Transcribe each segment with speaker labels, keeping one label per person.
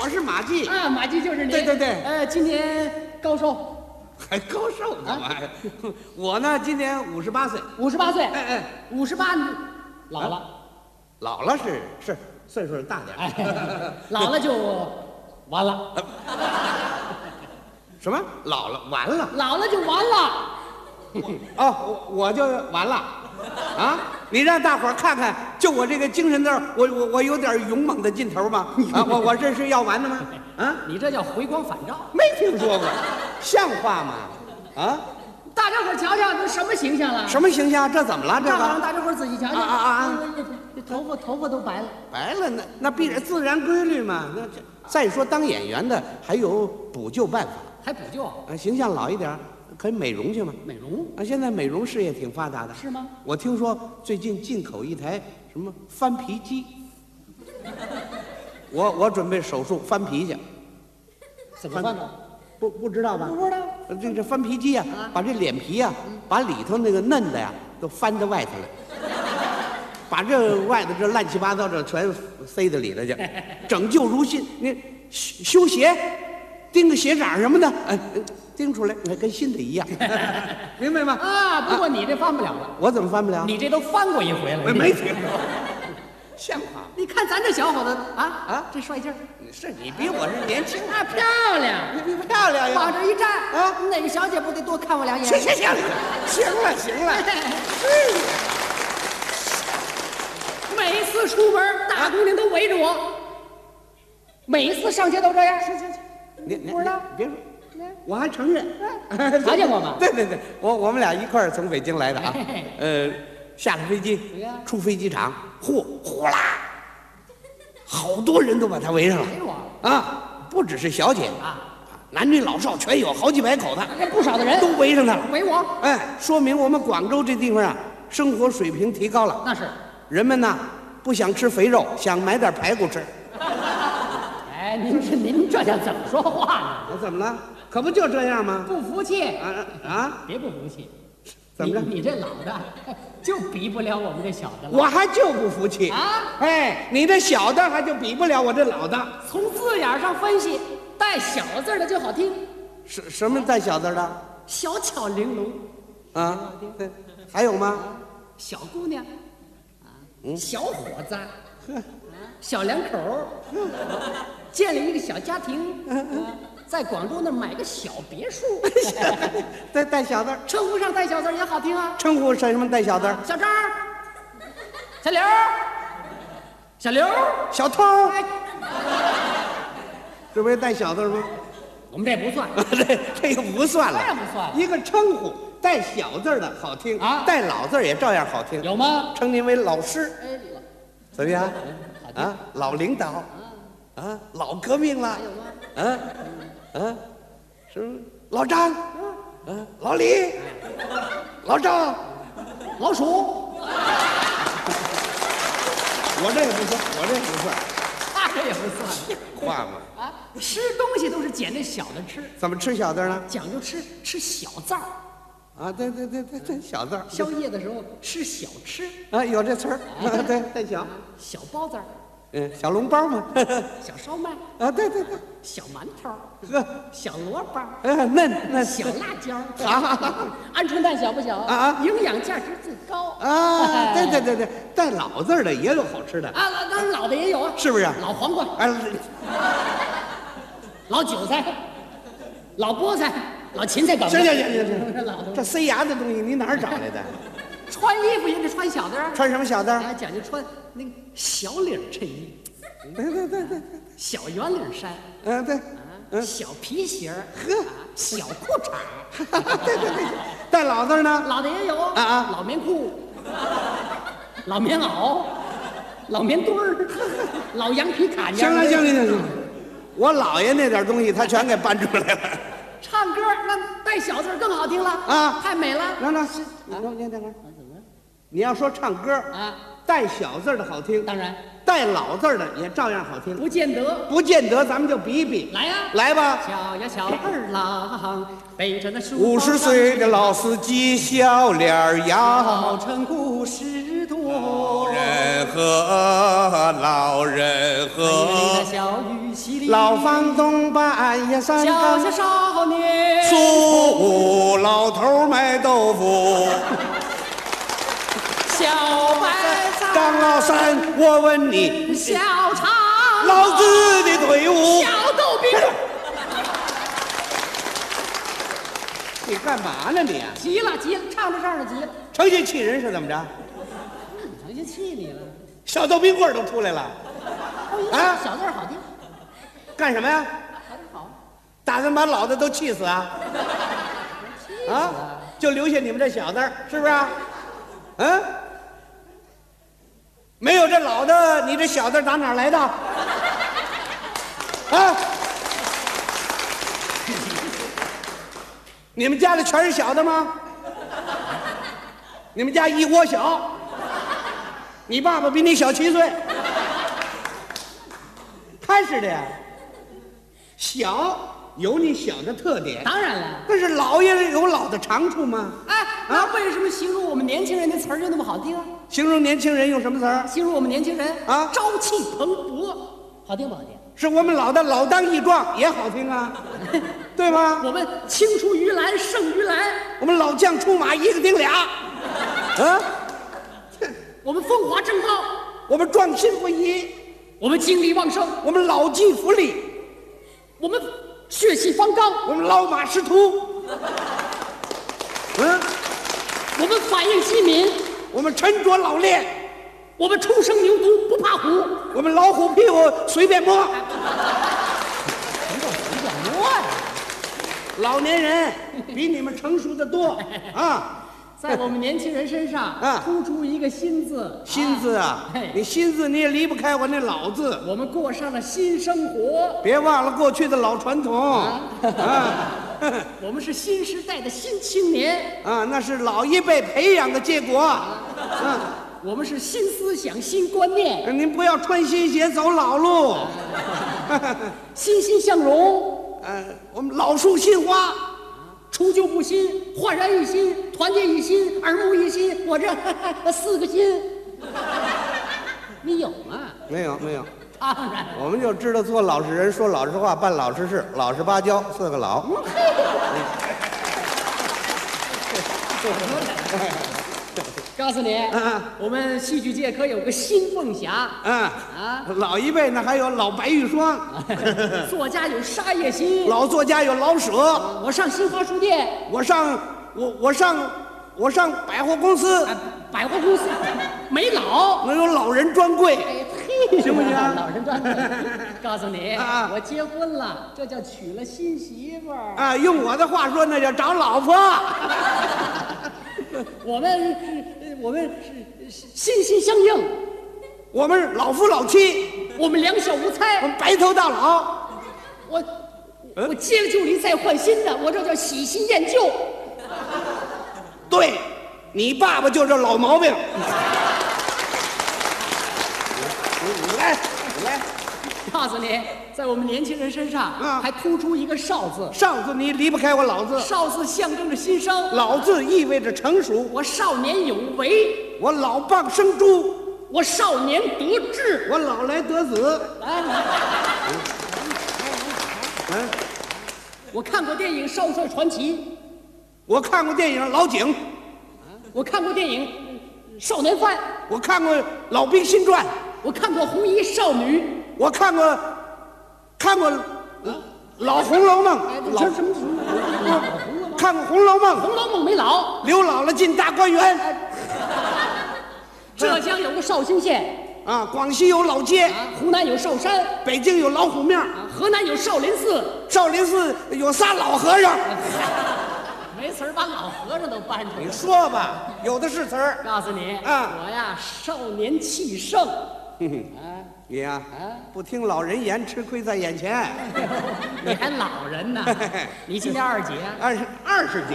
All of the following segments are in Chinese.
Speaker 1: 我是马季，
Speaker 2: 啊，马季就是您。
Speaker 1: 对对对
Speaker 2: 呃，今年高寿？
Speaker 1: 还高寿呢，我还。 我呢，今年五十八岁，
Speaker 2: 五十八岁。
Speaker 1: 哎哎，啊
Speaker 2: 五十八，老了，
Speaker 1: 老了是是岁数大点儿。
Speaker 2: 哎，老了就完了，
Speaker 1: 啊什么？老了完了？
Speaker 2: 老了就完了。
Speaker 1: 哦，我我就完了，啊！你让大伙儿看看，就我这个精神头儿，我我我有点勇猛的劲头吗？啊，我我这是要完了吗？啊，
Speaker 2: 你这叫回光返照。
Speaker 1: 没听说过，像话吗？啊，
Speaker 2: 大家伙儿瞧瞧，都什么形象了？
Speaker 1: 什么形象？这怎么了？这
Speaker 2: 正好让
Speaker 1: 个
Speaker 2: 大家伙儿仔细瞧瞧
Speaker 1: 啊啊啊！
Speaker 2: 这这这头发头发都白了，
Speaker 1: 白了，那那必然自然规律嘛。那这再说当演员的还有补救办法，
Speaker 2: 还补救
Speaker 1: 啊，形象老一点儿可以美容去嘛。
Speaker 2: 哦美容
Speaker 1: 啊，现在美容事业挺发达的，
Speaker 2: 是吗？
Speaker 1: 我听说最近进口一台什么翻皮 机，我我准备手术翻皮去，
Speaker 2: 怎么办呢？
Speaker 1: 不不知道吧？
Speaker 2: 不知道
Speaker 1: 呃这这翻皮机呀、
Speaker 2: 啊
Speaker 1: 把这脸皮呀、把里头那个嫩的呀、都翻到外头 来，把这外头这乱七八糟这全塞到里头去，拯救如新。你修修鞋，钉个鞋掌什么的，哎，呃钉出来哎跟新的一 样，明白吗？
Speaker 2: 啊，不过你这翻不了了，
Speaker 1: 我怎么翻不了？
Speaker 2: 你这都翻过一回了。
Speaker 1: 没没听说过，像话吗？
Speaker 2: 你看咱这小伙子啊
Speaker 1: 啊
Speaker 2: 这帅劲儿，
Speaker 1: 是你比我是年轻，
Speaker 2: 啊漂亮，
Speaker 1: 你比漂亮
Speaker 2: 往
Speaker 1: 呀！
Speaker 2: 这一站
Speaker 1: 啊
Speaker 2: 哪个小姐不得多看我两
Speaker 1: 行
Speaker 2: 眼？
Speaker 1: 行行，行了行了，
Speaker 2: 每次出门，大姑娘都围着我，每次上街都这样。
Speaker 1: 你你
Speaker 2: 不知道
Speaker 1: 你
Speaker 2: 嗯
Speaker 1: 别说，我还承认，
Speaker 2: 瞧见过吗
Speaker 1: 对对对，我我们俩一块儿从北京来的啊
Speaker 2: 嘿嘿，
Speaker 1: 呃，下了飞机
Speaker 2: 对呀，
Speaker 1: 出飞机场，嚯呼啦，好多人都把他围上了
Speaker 2: 哎呦我
Speaker 1: 啊，不只是小姐
Speaker 2: 啊，
Speaker 1: 男女老少全有，好几百口子
Speaker 2: 这哎不少的人
Speaker 1: 都围上他了。
Speaker 2: 围我，
Speaker 1: 哎，说明我们广州这地方啊，生活水平提高了。
Speaker 2: 那是。
Speaker 1: 人们呐，不想吃肥肉，想买点排骨吃。
Speaker 2: 啊哎，您这您这叫怎么说话呢？
Speaker 1: 我怎么了？可不就这样吗？
Speaker 2: 不服气
Speaker 1: 啊，啊！
Speaker 2: 别不服气。
Speaker 1: 怎么着
Speaker 2: 你你这老的就比不了我们这小的了。
Speaker 1: 我还就不服气
Speaker 2: 啊！
Speaker 1: 哎，你这小的还就比不了我这老的。
Speaker 2: 从字眼上分析，带小字儿的就好听，
Speaker 1: 什什么带小字儿的？
Speaker 2: 小巧玲珑，
Speaker 1: 啊？对还有吗？
Speaker 2: 小姑娘，啊，小伙子，啊小两口儿，建立一个小家庭，啊在广州那儿买个小别 墅，
Speaker 1: 带带小字儿，
Speaker 2: 称呼上带小字儿也好听啊。
Speaker 1: 称呼什么带小字儿？
Speaker 2: 小张儿，小刘儿，小刘儿，
Speaker 1: 小偷儿，
Speaker 2: 哎，
Speaker 1: 这不是带小字儿吗？
Speaker 2: 我们这不算。
Speaker 1: 这这个不算了，
Speaker 2: 当然不算了
Speaker 1: 一个称呼带小字儿的好听
Speaker 2: 啊
Speaker 1: 带老字儿也照样好听。
Speaker 2: 有吗？
Speaker 1: 称您为老师，
Speaker 2: 哎，
Speaker 1: 怎么样？
Speaker 2: 好听
Speaker 1: 啊，老领导，啊，老革命了，啊，啊，是不是老张，啊，老李，老赵，老鼠， 我这个不算，我这个不算，
Speaker 2: 那这也不算
Speaker 1: 话嘛，
Speaker 2: 啊。吃东西都是捡那小的吃，
Speaker 1: 怎么吃小字儿呢？
Speaker 2: 讲究吃吃小字儿。
Speaker 1: 啊，对对对对对，小字儿，
Speaker 2: 宵夜的时候吃小吃，
Speaker 1: 啊，有这词儿，啊对，带小，
Speaker 2: 小包子儿、
Speaker 1: 嗯，小笼包嘛，
Speaker 2: 小烧麦、
Speaker 1: 啊，对对对，
Speaker 2: 小馒头、
Speaker 1: 呵，
Speaker 2: 小萝卜、
Speaker 1: 哎，嫩嫩
Speaker 2: 小辣椒。
Speaker 1: 好，
Speaker 2: 鹌鹑蛋小不小
Speaker 1: 啊啊
Speaker 2: 营养价值最高
Speaker 1: 啊，对对
Speaker 2: 对
Speaker 1: 对对，带老字儿的也有好吃的，
Speaker 2: 啊，老当然老的也有啊，
Speaker 1: 是不是
Speaker 2: 老黄瓜、
Speaker 1: 哎，
Speaker 2: 老韭菜、老菠菜、老芹菜梗子。
Speaker 1: 行行行行行
Speaker 2: 是不是 老
Speaker 1: 这
Speaker 2: 的。
Speaker 1: 塞牙的东西你哪儿找来的？
Speaker 2: 穿衣服也得穿小的啊，
Speaker 1: 穿什么小字儿？
Speaker 2: 啊讲究穿那个小领衬衣、
Speaker 1: 对对对对，
Speaker 2: 小圆领衫、
Speaker 1: 嗯对，嗯
Speaker 2: 小皮鞋儿、
Speaker 1: 呵
Speaker 2: 啊小裤衩儿。
Speaker 1: 对对对，带老字儿 呢？
Speaker 2: 老的也有
Speaker 1: 啊啊
Speaker 2: 老棉裤，老棉袄，老棉墩儿， 老羊皮卡夹。
Speaker 1: 行了行了行了，行了我姥爷那点东西他全给搬出来了。
Speaker 2: 唱歌那带小字儿更好听了
Speaker 1: 啊
Speaker 2: 太美了。
Speaker 1: 那那是，你等会儿等会儿，你要说唱歌
Speaker 2: 啊，
Speaker 1: 带小字儿的好听，
Speaker 2: 当然
Speaker 1: 带老字儿的也照样好听，
Speaker 2: 不见得。
Speaker 1: 不见得咱们就比一比。
Speaker 2: 来呀
Speaker 1: 来吧。
Speaker 2: 小呀小二郎背着那书包
Speaker 1: 五十岁的老司机，小脸儿
Speaker 2: 上
Speaker 1: 哎呀，
Speaker 2: 老成故事多。
Speaker 1: 人
Speaker 3: 河，老人
Speaker 2: 美
Speaker 3: 河
Speaker 2: 丽的，小雨淅沥，
Speaker 1: 老房东半夜三
Speaker 2: 小
Speaker 1: 更
Speaker 2: 小。少年，
Speaker 3: 苏武老头卖豆腐，
Speaker 2: 小白菜，
Speaker 1: 张老三，我问你，
Speaker 2: 小肠，
Speaker 1: 老子的队伍，
Speaker 2: 小豆饼，
Speaker 1: 你干嘛呢你？
Speaker 2: 急了急了，唱着唱着急了，
Speaker 1: 成心气人是怎么着？
Speaker 2: 成心气你了。哦
Speaker 1: 小豆冰棍儿都出来了，啊
Speaker 2: 小字儿好听，
Speaker 1: 干什么呀？
Speaker 2: 小字儿好，
Speaker 1: 打算把老子都气死啊？啊，就留下你们这小子，是不是、啊？嗯，没有这老的，你这小子打哪儿来的？啊，你们家里全是小的吗？你们家一窝小，你爸爸比你小七岁，开始的呀。小有你小的特点，
Speaker 2: 当然了。
Speaker 1: 但是老也有老的长处嘛。
Speaker 2: 哎，
Speaker 1: 啊
Speaker 2: 那为什么形容我们年轻人的词儿就那么好听啊？
Speaker 1: 形容年轻人用什么词儿？
Speaker 2: 形容我们年轻人
Speaker 1: 啊
Speaker 2: 朝气蓬勃，好听不好听？
Speaker 1: 是我们老的老当益壮也好听 啊，对吗？
Speaker 2: 我们青出于蓝胜于蓝，
Speaker 1: 我们老将出马一个顶俩，啊，
Speaker 2: 我们风华正茂，
Speaker 1: 我们壮心不已，
Speaker 2: 我们精力旺盛，
Speaker 1: 我们老骥伏枥，
Speaker 2: 我们血气方刚，
Speaker 1: 我们老马识途，嗯，
Speaker 2: 我们反应机敏，
Speaker 1: 我们沉着老练，
Speaker 2: 我们初生牛犊不怕虎。
Speaker 1: 我们老虎屁股随便摸。老年人比你们成熟的多啊。
Speaker 2: 在我们年轻人身上
Speaker 1: 啊
Speaker 2: 突出一个“新”字，
Speaker 1: 心字 啊
Speaker 2: 哎，
Speaker 1: 你心字你也离不开我那老字，
Speaker 2: 我们过上了新生活，
Speaker 1: 别忘了过去的老传统啊
Speaker 2: 我们是新时代的新青年，
Speaker 1: 啊，那是老一辈培养的结果。啊，
Speaker 2: 我们是新思想、新观念，
Speaker 1: 您不要穿新鞋走老路，
Speaker 2: 欣欣向荣，
Speaker 1: 呃，我们老树新花，
Speaker 2: 除旧布新，焕然一新，团结一心，耳目一新。我这 四个心，你有吗？
Speaker 1: 没有没有，
Speaker 2: 当然，
Speaker 1: 我们就知道做老实人，说老实话，办老实事，老实巴交，四个老。
Speaker 2: 告诉你
Speaker 1: 啊，
Speaker 2: 我们戏剧界可有个新凤霞，啊
Speaker 1: 嗯，老一辈呢还有老白玉霜，啊
Speaker 2: 作家有沙叶新，
Speaker 1: 老作家有老舍。
Speaker 2: 我上新华书店，
Speaker 1: 我上我我上我上百货公司，
Speaker 2: 啊百货公司没老。
Speaker 1: 能有老人专柜，
Speaker 2: 哎嘿，
Speaker 1: 行不行
Speaker 2: 老人转转，告诉你
Speaker 1: 啊，
Speaker 2: 我结婚了，这叫娶了新媳妇儿。
Speaker 1: 啊，用我的话说，那叫找老婆。
Speaker 2: 我们是，我们是心心相印，
Speaker 1: 我们是老夫老妻，
Speaker 2: 我们两小无
Speaker 1: 我
Speaker 2: 猜。
Speaker 1: 们白头到老。
Speaker 2: 我
Speaker 1: 嗯
Speaker 2: 我接了旧离，再换新的，我这叫喜新厌旧。
Speaker 1: 对，你爸爸就这老毛病。你你来，你来，
Speaker 2: 告诉你，在我们年轻人身上，
Speaker 1: 啊
Speaker 2: 还突出一个少字，
Speaker 1: 上次你离不开我老字，
Speaker 2: 少字象征着新生。
Speaker 1: 老字意味着成熟，
Speaker 2: 我少年有为，
Speaker 1: 我老蚌生珠，
Speaker 2: 我少年得志。
Speaker 1: 我老来得子。
Speaker 2: 来来，
Speaker 1: 嗯，
Speaker 2: 我看过电影《少帅传奇》。
Speaker 1: 我看过电影《老井》，
Speaker 2: 我看过电影《少年犯
Speaker 1: 我看过《老兵新传》。》，
Speaker 2: 我看过《红衣少女
Speaker 1: 我看过，看过呃老《红楼梦》》，老
Speaker 2: 哎这什么什么 《
Speaker 1: 看过《红楼梦
Speaker 2: 红楼梦》没老。》，
Speaker 1: 刘姥姥进大观园
Speaker 2: 浙江有个绍兴县，
Speaker 1: 啊，广西有老街，
Speaker 2: 湖南有寿山，
Speaker 1: 北京有老虎庙，
Speaker 2: 河南有少林寺，
Speaker 1: 少林寺有仨老和尚。
Speaker 2: 没词儿把老和尚都搬出来
Speaker 1: 你
Speaker 2: 了。
Speaker 1: 说吧，有的是词儿。
Speaker 2: 告诉你，
Speaker 1: 啊
Speaker 2: 我呀少年气盛，啊，
Speaker 1: 你呀、不听老人言，吃亏在眼前。
Speaker 2: 你还老 人呢，你今年二几啊？
Speaker 1: 二十二十几，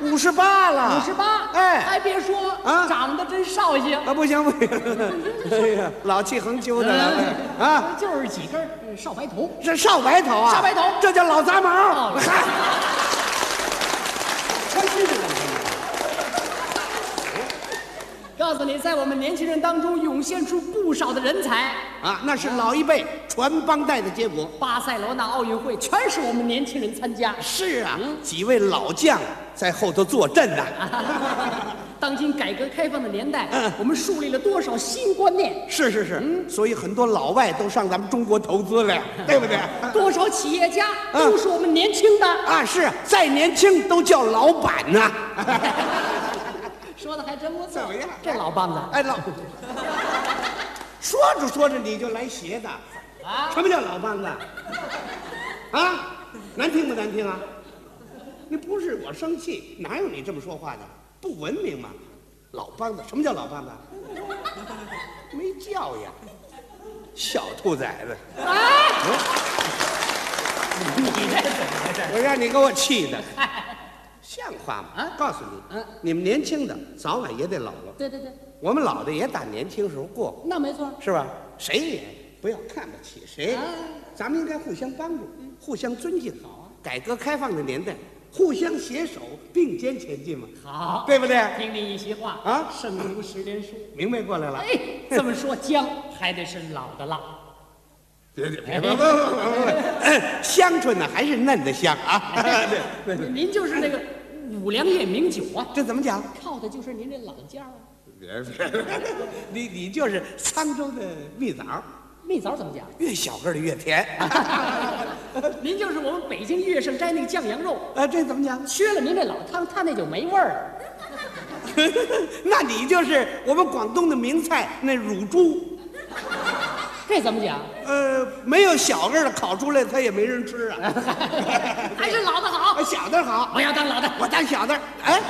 Speaker 1: 五十八了，
Speaker 2: 五十八，
Speaker 1: 哎，
Speaker 2: 还别说，
Speaker 1: 啊
Speaker 2: 长得真绍兴，
Speaker 1: 啊，不行不行， 哎呀，老气横秋的了啊。
Speaker 2: 嗯就是几根儿嗯少白头。
Speaker 1: 这少白头啊，
Speaker 2: 少白头
Speaker 1: 这叫老杂毛。
Speaker 2: 哦
Speaker 1: 嗨，
Speaker 2: 穿西服了。告诉你，在我们年轻人当中涌现出不少的人才。
Speaker 1: 啊，那是老一辈传帮带的结果。
Speaker 2: 巴塞罗那奥运会全是我们年轻人参加，
Speaker 1: 是啊，
Speaker 2: 嗯
Speaker 1: 几位老将在后头坐镇呐、
Speaker 2: 啊当今改革开放的年代，
Speaker 1: 嗯
Speaker 2: 我们树立了多少新观念？
Speaker 1: 是是
Speaker 2: 嗯
Speaker 1: 是，所以很多老外都上咱们中国投资了，对不对？
Speaker 2: 多少企业家
Speaker 1: 嗯
Speaker 2: 都是我们年轻的，
Speaker 1: 啊，是再年轻都叫老板呐、
Speaker 2: 说的还真不错
Speaker 1: 怎么样。
Speaker 2: 这老梆子，
Speaker 1: 哎，老， 说着说着你就来邪的，
Speaker 2: 啊
Speaker 1: 什么叫老梆子？啊，难听不难听啊？你不是我生气，哪有你这么说话的？不文明嘛！老梆子，什么叫老梆子？没教养，小兔崽子！嗯
Speaker 2: 哎，
Speaker 1: 我让你给我气的，像话吗？
Speaker 2: 啊
Speaker 1: 告诉你，
Speaker 2: 嗯
Speaker 1: 你们年轻的早晚也得老了，
Speaker 2: 对对对，
Speaker 1: 我们老的也打年轻时候过，
Speaker 2: 那没错。
Speaker 1: 是吧？谁也不要看不起谁
Speaker 2: 啊，嗯
Speaker 1: 咱们应该互相帮助，互相尊敬。
Speaker 2: 啊
Speaker 1: 好，改革开放的年代，互相携手并肩前进嘛，
Speaker 2: 好，
Speaker 1: 对不对？
Speaker 2: 听你一席话
Speaker 1: 啊
Speaker 2: 胜读十年书。
Speaker 1: 明白过来了。
Speaker 2: 哎，这么说姜还得是老的辣，
Speaker 1: 别别别别别别别！香椿呢还是嫩的香啊！
Speaker 2: 哎
Speaker 1: 对 对，
Speaker 2: 您就是那个五粮液名酒啊，
Speaker 1: 这怎么讲？
Speaker 2: 靠的就是您这老家啊。
Speaker 1: 别别，你你就是沧州的蜜枣，
Speaker 2: 蜜枣怎么 讲？
Speaker 1: 越小个儿的越甜。
Speaker 2: 您就是我们北京乐盛斋那个酱羊肉，
Speaker 1: 啊，这怎么讲？
Speaker 2: 缺了您这老汤，它那就没味儿了。
Speaker 1: 那你就是我们广东的名菜那乳猪，
Speaker 2: 这怎么讲？
Speaker 1: 呃，没有小个儿的烤出来，它也没人吃啊。
Speaker 2: 还是老的好。
Speaker 1: 小的好，
Speaker 2: 我要当老的。
Speaker 1: 我当小的。哎，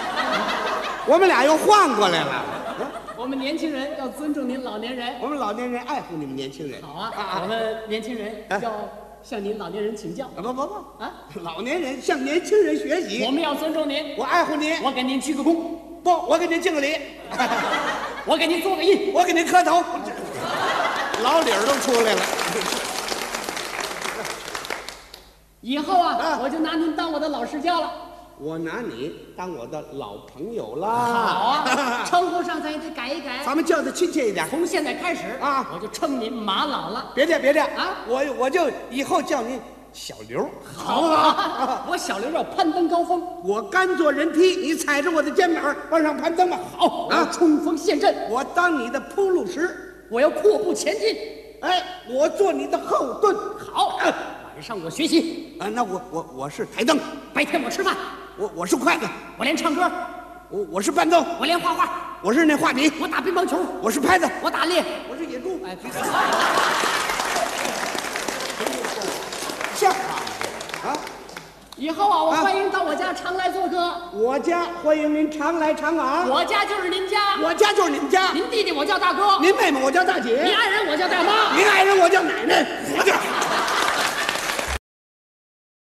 Speaker 1: 我们俩又换过来了。
Speaker 2: 我们年轻人要尊重您老年人。
Speaker 1: 我们老年人爱护你们年轻人。
Speaker 2: 好啊，我们年轻人
Speaker 1: 哎
Speaker 2: 要向您老年人请教。
Speaker 1: 不不不，
Speaker 2: 啊，
Speaker 1: 老年人向年轻人学
Speaker 2: 我
Speaker 1: 习。
Speaker 2: 们要尊重您。
Speaker 1: 我爱护您，
Speaker 2: 我给您鞠个躬，
Speaker 1: 不，我给您敬个礼，
Speaker 2: 我给您做个揖。
Speaker 1: 我给您磕头，老理儿都出来了。
Speaker 2: 以后啊，
Speaker 1: 啊
Speaker 2: 我就拿您当我的老师教了。
Speaker 1: 我拿你当我的老朋友啦。
Speaker 2: 好啊，称呼上咱也得改一改。
Speaker 1: 咱们叫的亲切一点。
Speaker 2: 从现在开始
Speaker 1: 啊
Speaker 2: 我就称您马老了。
Speaker 1: 别介别介
Speaker 2: 啊
Speaker 1: 我我就以后叫您小刘，
Speaker 2: 好啊，我小刘要攀登高峰，
Speaker 1: 我甘做人梯，你踩着我的肩膀往上攀登吧。
Speaker 2: 好，我要
Speaker 1: 啊
Speaker 2: 冲锋陷阵，
Speaker 1: 我当你的铺路石，
Speaker 2: 我要阔步前进。
Speaker 1: 哎，我做你的后盾。
Speaker 2: 好，晚上我学习，
Speaker 1: 啊，那我我我是台灯，
Speaker 2: 白天我吃饭，
Speaker 1: 我我是筷子，
Speaker 2: 我练唱歌，
Speaker 1: 我我是伴奏，
Speaker 2: 我练画画，
Speaker 1: 我是那画笔，
Speaker 2: 我打乒乓球，
Speaker 1: 我是拍子，
Speaker 2: 我打猎。
Speaker 1: 我是野猪。
Speaker 2: 哎，
Speaker 1: 像话吗这啊！
Speaker 2: 以后啊，我
Speaker 1: 啊
Speaker 2: 欢迎到我家常来做客，
Speaker 1: 我家欢迎您常来常往，
Speaker 2: 我家就是您家，
Speaker 1: 我家就是你们家，
Speaker 2: 您弟弟我叫大哥，
Speaker 1: 您妹妹我叫大姐，
Speaker 2: 您爱人我叫大妈。
Speaker 1: 您爱人我叫奶奶。